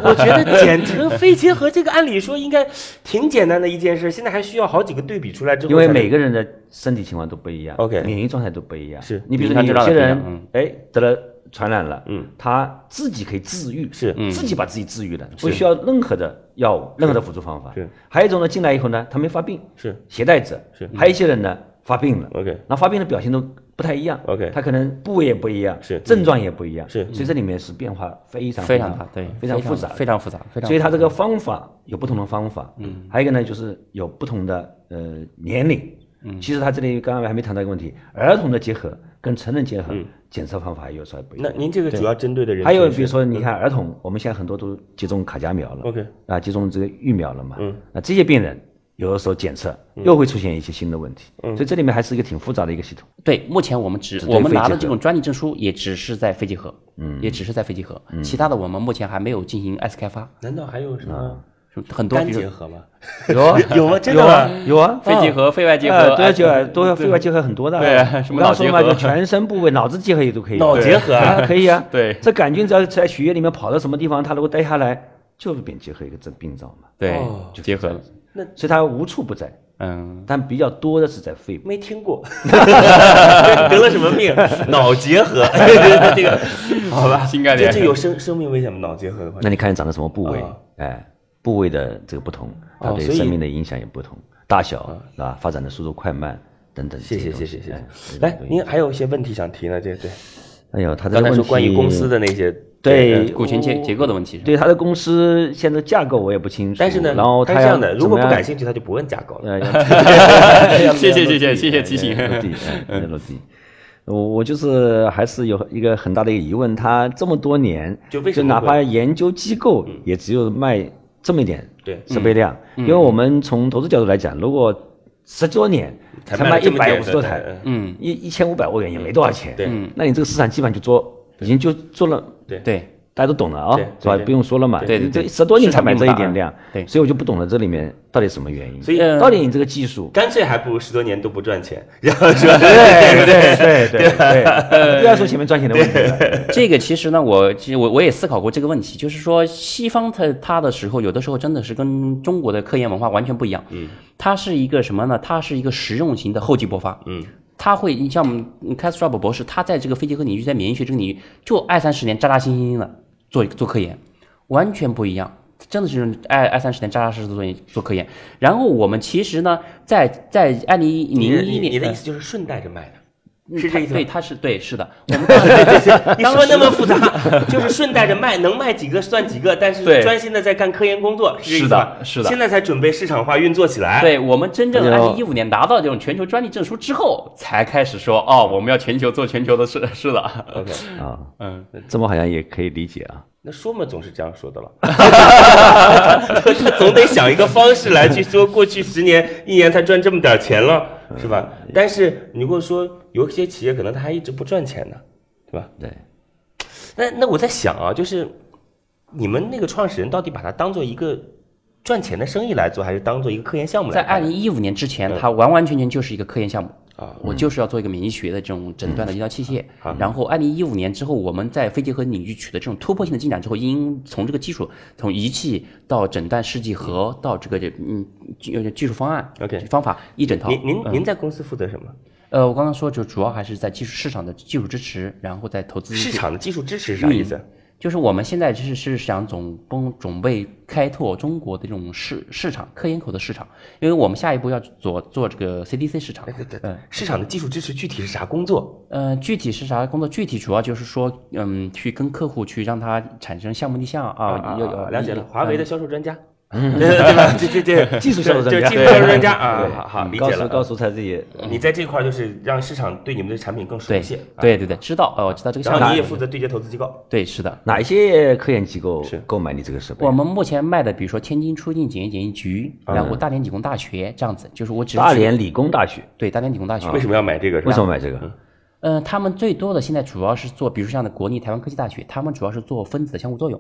我觉得简直肺结核这个，按理说应该挺简单的一件事，现在还需要好几个对比出来之后才
因
能，
为每个人的身体情况都不一样
OK
免疫状态都不一样。
是
你比如
你
说
看
你
这
有
让
些
人不一
人
样嗯，
哎，得了传染了，
嗯，
他自己可以治愈，
是嗯
自己把自己治愈了，不需要任何的药物、任何的辅助方法。
是，
还有一种呢，进来以后呢，他没发病，
是嗯
携带者，是，还有一些人呢发病了
OK
那发病的表现都不太一样
OK
他可能部位也不一样，
是
症状也不一样，
是
所以这里面是变化非常
非常大，对，
非常复杂，
非常复杂，非常复杂。
所以它这个方法有不同的方法，嗯，还有一个呢就是有不同的呃年龄，嗯，其实他这里刚刚还没谈到一个问题，儿童的结合跟成人结合检测方法有时候不一
嗯那
样。
您这个主要针对的人群
还有比
是嗯
如说，你看儿童，我们现在很多都接种卡夹苗了
OK
啊，接种这个疫苗了嘛，嗯，那这些病人有的时候检测
嗯
又会出现一些新的问题，所以这里面还是一个挺复杂的一个系统。
对，目前我们只
只对
我们拿
肺结
的
核
这种专利证书也只是在肺结核，嗯，也只是在肺结核，其他的我们目前还没有进行 S 开发，
难道还有什
啊
么
很多
肝
比
结
如
核 吗？
有啊，
有吗？真
有
的
啊
吗？，
有啊，
肺结核、肺外结
哎
核，
对啊，结
哎
合都要肺外结合很多的。
对什么
我刚
脑
说
结
嘛，
合
就全身部位，脑子结合也都可以。
脑结合啊
啊，可以啊。
对
这杆菌只要在血液里面跑到什么地方，它如果待下来，就是变结核一个症病灶嘛。
对
哦
结合了，
所以它无处不在，
嗯，
但比较多的是在肺部。
没听 过，得了什么病？脑结 核，这个好吧，
新概
这
念
这有生生命危险吗？脑结核的话
那，你看你长在什么部位
啊？
哎，部位的这个不同，它对
所以
生命的影响也不同，大小啊，发展的速度快慢等等。
谢谢
这些
谢
东
谢
西
谢
哎
谢。
这
来
些，东西
您还有一些问题想提呢？这对，
哎呦，他这
刚
个
才说
问题
关于公司的那些嗯
对
股权结结构的问题是吧。
对他的公司现在架构我也不清楚，
但是呢，
然后
他
他
是这
要
样的，如果
怎
不
么样
感兴趣，他就不问架构了。
呃，
谢谢谢谢谢谢提醒
要落地哎要落地。我我就是还是有一个很大的一个疑问，他这么多年，
就为什么
哪
会嗯
怕研究机构也只有卖这么一点
对嗯
设备量，因为我们从投资角度来讲，如果十多年才
才卖
卖
了
一
这么
百
点
五十多
的
台，
嗯，
一一千五百欧元也没多少钱。
对
嗯
那你这个市场基本就做，已经就做了，
对，
大家都懂了啊、
对
是吧
对？对
不用说了嘛，
对对对
这十多年才买这一点量，
对
所以我就不懂了这里面到底什么原因，
所以
到底你这个技术，
干脆还不如十多年都不赚钱，
嗯
然后说
对对 对对对，不要说前面赚钱的问题了，
这个其实呢，我其实我我也思考过这个问题，就是说西方它它的时候，有的时候真的是跟中国的科研文化完全不一样。嗯，它是一个什么呢？它是一个实用型的厚积薄发。嗯，它会，你像我们 c a s t r o b 博士，他在这个肺结核领域，在免疫学这个领域，就二三十年扎扎心心的做做科研，完全不一样。真的是二二三十年扎扎实实地做做科研，然后我们其实呢，在在二零
你
零一
你
年，
你的意
呃
思就是顺带着卖的， 是这意思
对，
吗？
它是对，是的，我们
你说那么复杂， 就是顺带着卖，能卖几个算几个，但是
对
专心的在干科研工作，这意思
是的
吧
是的
现在才准备市场化运作起来。，
对我们真正
然
二
后
零一五年拿到这种全球专利证书之后，才开始说哦，我们要全球做全球的事， 是的，
，OK，
啊，
嗯，
这么好像也可以理解啊。
那说嘛总是这样说 的了，他总得想一个方式来去说过去十年一年才赚这么点钱了，
嗯
是吧？但是你如果说有一些企业可能他还一直不赚钱呢，对吧？
对。
那那我在想啊，就是你们那个创始人到底把它当做一个赚钱的生意来做，还是当做一个科研项目
在
来
二
看呢？
零一五年之前，它完完全全就是一个科研项目
啊。嗯
我就是要做一个免疫学的这种诊断的医疗器械。然后二零一五年之后，我们在肺结核领域取得这种突破性的进展之后，因从这个技术，从仪器到诊断试剂盒，到这个嗯技技术方案
OK
方法一整套。
您您
嗯
您在公司负责什么？
呃，我刚刚说就主要还是在技术市场的技术支持，然后在投资
市
这个
场的技术支持是啥意思？
就是我们现在是是想总帮准备开拓中国的这种市市场科研口的市场，因为我们下一步要做做这个 CDC 市场
哎。对对对
嗯，
市场的技术支持具体是啥工作？
呃，具体是啥工作？具体主要就是说，嗯，去跟客户去让他产生项目立项啊，有有
呃了解了，华为
的
的销售专 家，对吧？这这这
嗯技术销售专
这
家
技术销售专家啊，好好
嗯
理
高
解
速
了。嗯
高速才这也
你在这块就是让市场对你们的产品更熟
对
悉，啊，
对对对，知道呃，我知道这个项
然
目
嗯
后你也负责对接投资机构，
对是的。
哪一些科研机构
是
购买你这个设备？
我们目前卖的，比如说天津出入境检疫检疫局，然后大连理工大学这样子，就是我只
大连理工大学
对大连理工大学
为什么要买这个？是吧嗯
为什么？买这个？
呃，他们最多的现在主要是做，比如说像的国立台湾科技大学，他们主要是做分子的相互作用，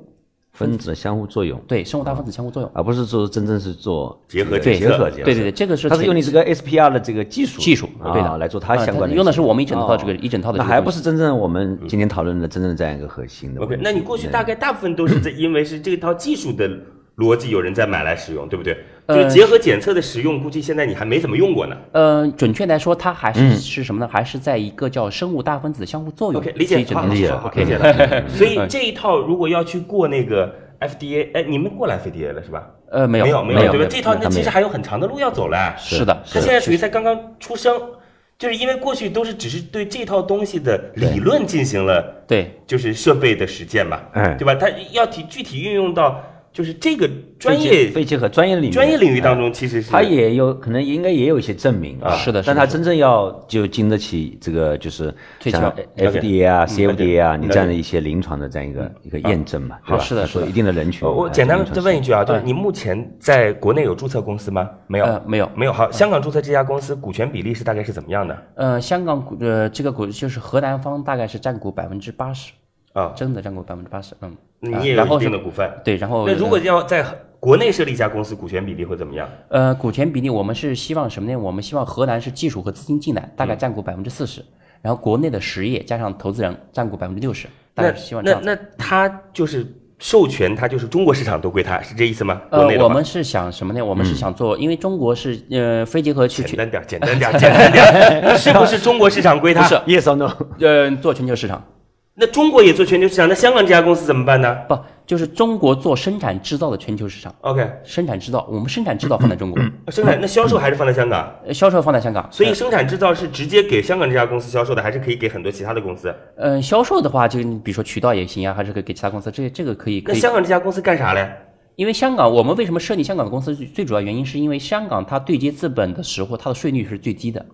分子相互作用，
对生物大分子相互作用。
而不是说真正是做
结合
这
检
个结
测
合结
对
合。
对对，，这个是
它是用你这个 SPR 的这个技术
技术，对的
啊，来做它
呃
相关的
用的
技
是
术
我们一整套这个
哦
一整套的
那
这个东西。嗯
还不是真正我们今天讨论的真正的这样一个核心的问
OK，
题。嗯
那你过去大概大部分都是在因为是这套技术的逻辑有人在买来使用，对不对？
呃
就是结合检测的使用，估计现在你还没怎么用过呢。
呃，准确来说，它还是、是什么呢？还是在一个叫生物大分子相互作
嗯
用
OK，理解
这一整套
理解
的
了
，OK
理解 了。所以这一套如果要去过那个 FDA，哎，你们过来 FDA 了是吧？
呃，没有
没有
没有
对吧？
没
这套
没
那
有
其实还有很长的路要走嘞。
是的，
它现在属于才刚刚出生，就是因为过去都是只是对这套东西的理论进行了
对
就是设备的实践嘛，
哎
对吧？它要体具体运用到就是这个专
肺
业
结肺结合专业领域
专业领域
中。
当中，其实是
他
哎
也有可能应该也有一些证明啊，
是的是的
但他真正要就经得起这个就是
推敲
像 FDA
嗯
啊、CFDA 啊，你这样的一些临床的这样一个一个验证嘛，对吧？
啊是的
说一定的人群。
呃我
哎
简单
临
的
床
再问一
试
句啊，就是你目前在国内有注册公司吗？没有
呃，没有
没有。好，香港注册这家公司股权比例是大概是怎么样的？
呃，香港股呃这个股就是河南方大概是占股百分之八十，
啊，
真的占股百分之八十，嗯，啊
你也有
然后
一
是
定的股份。
对，然后
那如
呃
果要在国内设立一家公司，股权比例会怎么样？
呃，股权比例我们是希望什么呢？我们希望河南是技术和资金进来，大概占股百分之四十，然后国内的实业加上投资人占股百分之六十，大
那
概是希望这
那
样子。
那他就是授权，他就是中国市场都归他，是这意思吗？国内
呃，
的
我
话
们是想什么
嗯
呢？我们是想做，因为中国是呃非结合去
简
去
单点儿，简单点儿，简单点 儿，是不是中国市场归他？
不是
验 Yes or no？
呃做全球市场，
那中国也做全球市场，那香港这家公司怎么办呢
不就是中国做生产制造的全球市场？
？OK，
生产制造，我们生产制造放在中国，
生产那销售还是放在香港，
呃销售放在香港，
嗯所以生产制造是直接给香港这家公司销售的，还是可以给很多其他的公司？
呃销售的话，就你比如说渠道也行啊，还是给给其他公司，这这个可以
那
可以
香港这家公司干啥嘞？
因为香港，我们为什么设立香港的公司？最最主要原因是因为香港它对接资本的时候，它的税率是最低的，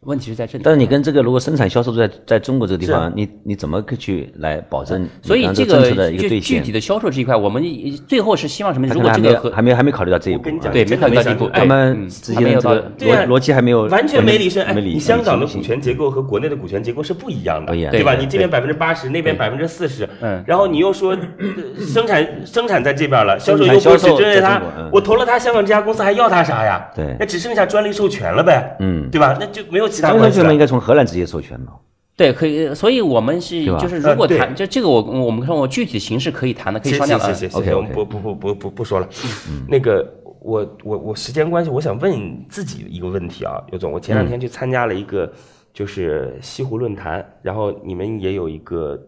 问题是在这里。
但是你跟这个如果生产销售在在中国这个地
是
方，你你怎么去来保证你
所以
刚刚
这
政
个
策的一个
具
兑
具
现
体？的销售这一块，我们一最后是希望什么？
他
如
可
果
能还
这
没有
个和
还没有还没考虑到这一
我
步
跟你
啊
讲，
对
真
没
的
考虑
没
到这
想
一步
过
哎
他们之
还没
间
有
这个
到
对啊
逻逻辑还没有
完全
没
没理顺。哎，
没理
你香港的股
清晰
权结构和国内的股权结构是不一样的，
不一样
对吧？
对
你这边百分之八十，那边百分之四十，
嗯
然后你又说呃生产 生产在这边了，销售
生产
又不
销
只
售
针对
在
他
中国嗯，
我投了他香港这家公司还要他啥呀？
对
那只剩下专利授权了呗，
嗯
对吧？那就没有其他
他们
关
为
系
什么应
了。
该从荷兰直接授权嘛？
对，可以，所以我们是
对吧
就是如果
呃对
谈就这个我我们看我具体的形式可以谈的，可以
行行
商量的。啊
行行
嗯
行，我们
OK，OK
不不不不不不说了。嗯那个，我我我时间关系，我想问自己一个问题啊，尤总，我前两天去参加了一个就是西湖论坛，然后你们也有一个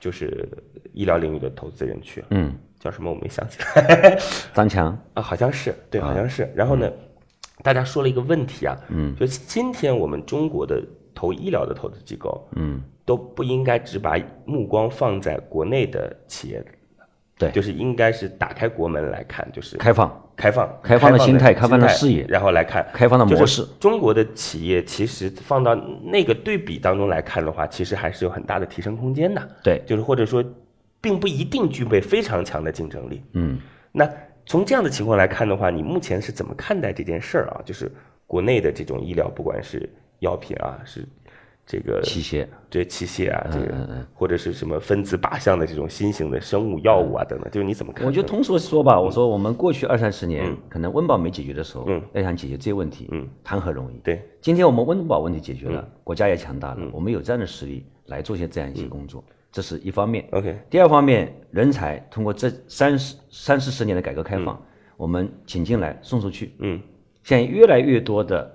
就是医疗领域的投资人去，
嗯，
叫什么我没想起来
张强，
啊，好像是对，好像是。然后呢，大家说了一个问题啊，嗯，就今天我们中国的投医疗的投资机构，
嗯，
都不应该只把目光放在国内的企业，
对
就是应该是打开国门来看，就是
开放，
开放、
开放的心态
开
开放的视野
然后来看
开放的模
就是
式
中国的企业其实放到那个对比当中来看的话，其实还是有很大的提升空间的。
对
就是或者说，并不一定具备非常强的竞争力。
嗯，
那从这样的情况来看的话，你目前是怎么看待这件事儿啊？就是国内的这种医疗，不管是药品啊，是这个
器械，
这器械啊，这个或者是什么分子靶向的这种新型的生物药物啊等等，就是你怎么看？
我就通俗说吧，我说我们过去二三十年
嗯，
可能温饱没解决的时候
嗯，
要想解决这些问题
嗯，
谈何容易？
对，
今天我们温饱问题解决了，
嗯
国家也强大了，我们有这样的实力来做些这样一些工作，
嗯
这是一方面。
OK
第二方面，人才通过这三十三四十年的改革开放，我们请进来送出去，
嗯，
现在越来越多的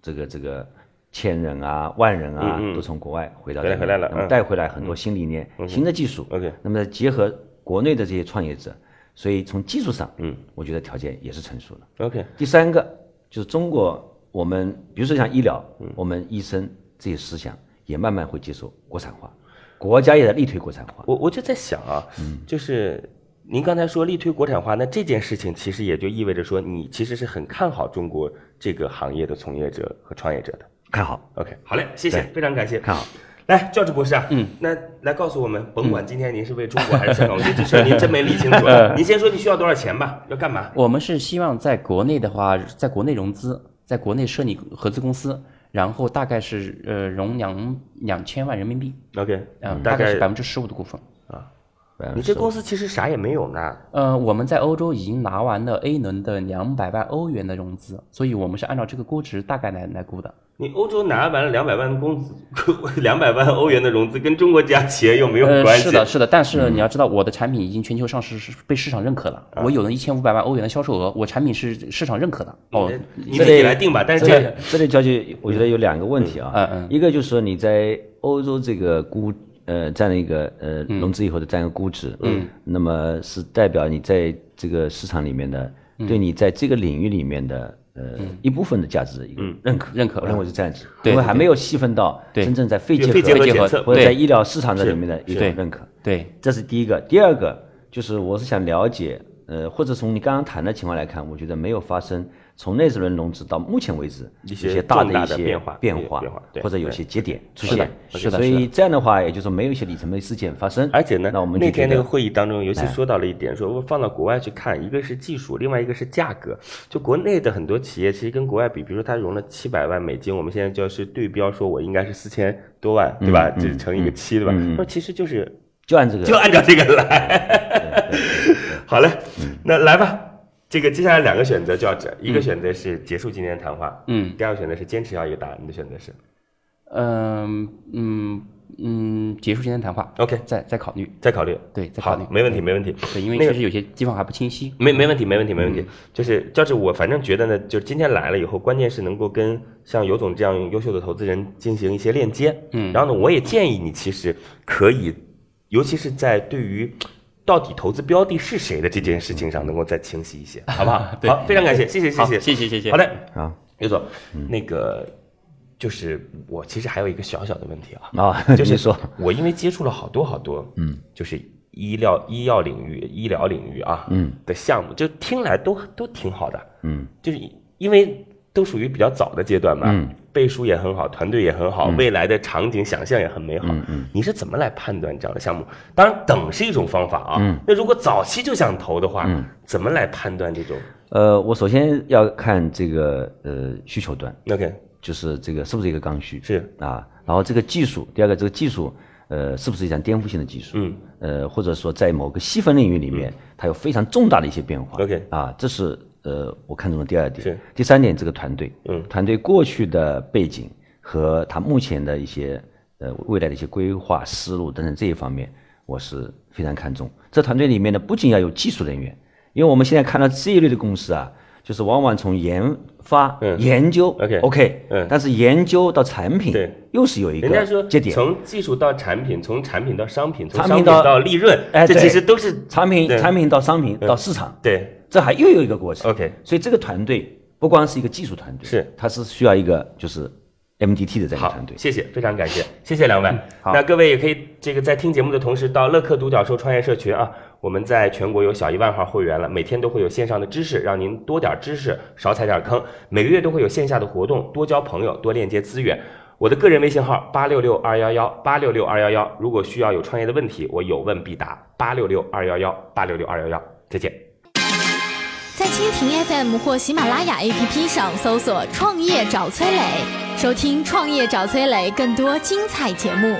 这个这个千人啊、万人啊，
嗯嗯
都从国外回到
回来
这
回
里
来了
那么
嗯
带回来很多新理念、新的技术。
OK
那么结合国内的这些创业者，所以从技术上，
嗯，
我觉得条件也是成熟了。
OK
第三个就是中国，我们比如说像医疗，我们医生这些思想也慢慢会接受国产化，国家也在力推国产化。
我我就在想啊，就是您刚才说力推国产化，那这件事情其实也就意味着说，你其实是很看好中国这个行业的从业者和创业者的。
看好，
OK，好嘞，谢谢，
对
非常感谢。
看好。
来，教授博士啊，嗯，那来告诉我们，甭管今天您是为中国还是香港，我觉得这事儿您真没理清楚。您先说你需要多少钱吧，要干嘛？
我们是希望在国内的话，在国内融资，在国内设立合资公司，然后大概是呃融两两千万人民币，
OK，
嗯、
大
概
概
是百分之十五的股份。
嗯
你这公司其实啥也没有呢。
呃，我们在欧洲已经拿完了 A 轮的两百万欧元的融资，所以我们是按照这个估值大概来来估的。
你欧洲拿完了两百万工资， 两百万欧元的融资，跟中国这家企业又没有
呃，
关系。
是的，是的，但是你要知道，我的产品已经全球上市，是被市场认可了。我有了一千五百万欧元的销售额，我产品是市场认可的。哦，
你自己来定吧。但是这
这里这里交接，我觉得有两个问题啊，
嗯嗯
一个就是说你在欧洲这个估呃占了一个呃融资以后的这样一个估值，嗯，那么是代表你在这个市场里面的、对你在这个领域里面的呃、一部分的价值一个认可，
认可
我认为是这样子，
对
因为还
对
没有细分到
对
真正在肺
肺结
核
核
结核
检测
或者
对
在医疗市场这里面的一种
对
认可，
对，
这是第一个。第二个就是我是想了解，呃，或者从你刚刚谈的情况来看，我觉得没有发生从那次轮融资到目前为止
一
一
些
些大
重大
一
的
些
变化
变
变
化
变化对
或者有
对
些节点出
是的
现。
是的
所
是的
以这样的话，也就是说没有一些里程碑事件发生。
而且呢，
那我们就
那天
觉
那
得
个会议当中，尤其说到了一点，说放到国外去看，一个是技术，另外一个是价格。就国内的很多企业其实跟国外比，比如说它融了七百万美金，我们现在就是对标，说我应该是四千多万，对吧？这乘一个七，对吧？那其实就是
就按这个
就按照这个来。好嘞，
嗯
那来吧。这个接下来两个选择就要这，一个选择是结束今天的谈话，
嗯
第二个选择是坚持要一个答案。你的选择是
嗯嗯嗯，结束今天谈话，
OK，
再再考虑。
再考虑，
对再
好
考虑
没问题，没问题。
对，因为
那个
确实有些地方还不清晰。
没没问题，没问题，没问题。
嗯
就是教授，我反正觉得呢，就是今天来了以后，关键是能够跟像尤总这样优秀的投资人进行一些链接。嗯，然后呢，我也建议你其实可以，尤其是在对于到底投资标的是谁的这件事情上，能够再清晰一些，好不好？
对
好，非常感谢，谢谢，谢
好
谢，
谢谢谢嗯谢
好嘞，
啊
尤总，那个就是我其实还有一个小小的问题啊，
啊，
就
你
是
说
我因为接触了好多好多，嗯，就是医疗医药领域、医疗领域啊，嗯的项目，就听来都都挺好的，
嗯，
就是因为。都属于比较早的阶段吧，背书也很好，团队也很
嗯
好，未来的场景想象也很美好。你是怎么来判断这样的项目？当然，等是一种方法
嗯
啊。那如果早期就想投的话，怎么来判断这种
呃，我首先要看这个呃需求端，
？OK，
就是这个是不是一个刚需？
是
啊，然后这个技术，第二个这个技术，呃，是不是一项颠覆性的技术？
嗯，
呃，或者说在某个细分领域里面，它有非常重大的一些变化。
OK
啊，这是呃我看中的第二点。
是
第三点，这个团队，
嗯
团队过去的背景和他目前的一些呃未来的一些规划思路等等这一方面，我是非常看重。这团队里面呢，不仅要有技术人员，因为我们现在看到这一类的公司啊。就是往往从研发、
嗯
研究
OK，
OK，
嗯
但是研究到产品，
对
又是有一
人家说
个节点。
从技术到产品，从产品到商品，从
产
商
品
品
到
利润，
哎
这
对
其实都是
产品、
对
产品到商品
嗯
到市场，
对
这还又有一个过程。
OK
所以这个团队不光是一个技术团队，
是
它是需要一个就是 MDT 的这样一
好
个团队。嗯
谢谢，非常感谢，谢谢两位。那各位也可以这个在听节目的同时，到乐客独角兽创业社群啊，我们在全国有小一万号会员了，每天都会有线上的知识，让您多点知识，少踩点坑。每个月都会有线下的活动，多交朋友，多链接资源。我的个人微信号八六六二幺幺八六六二幺幺，如果需要有创业的问题，我有问必答。八六六二幺幺八六六二幺幺，再见。
在蜻蜓 FM 或喜马拉雅 APP 上搜索“创业找崔磊”，收听“创业找崔磊”更多精彩节目。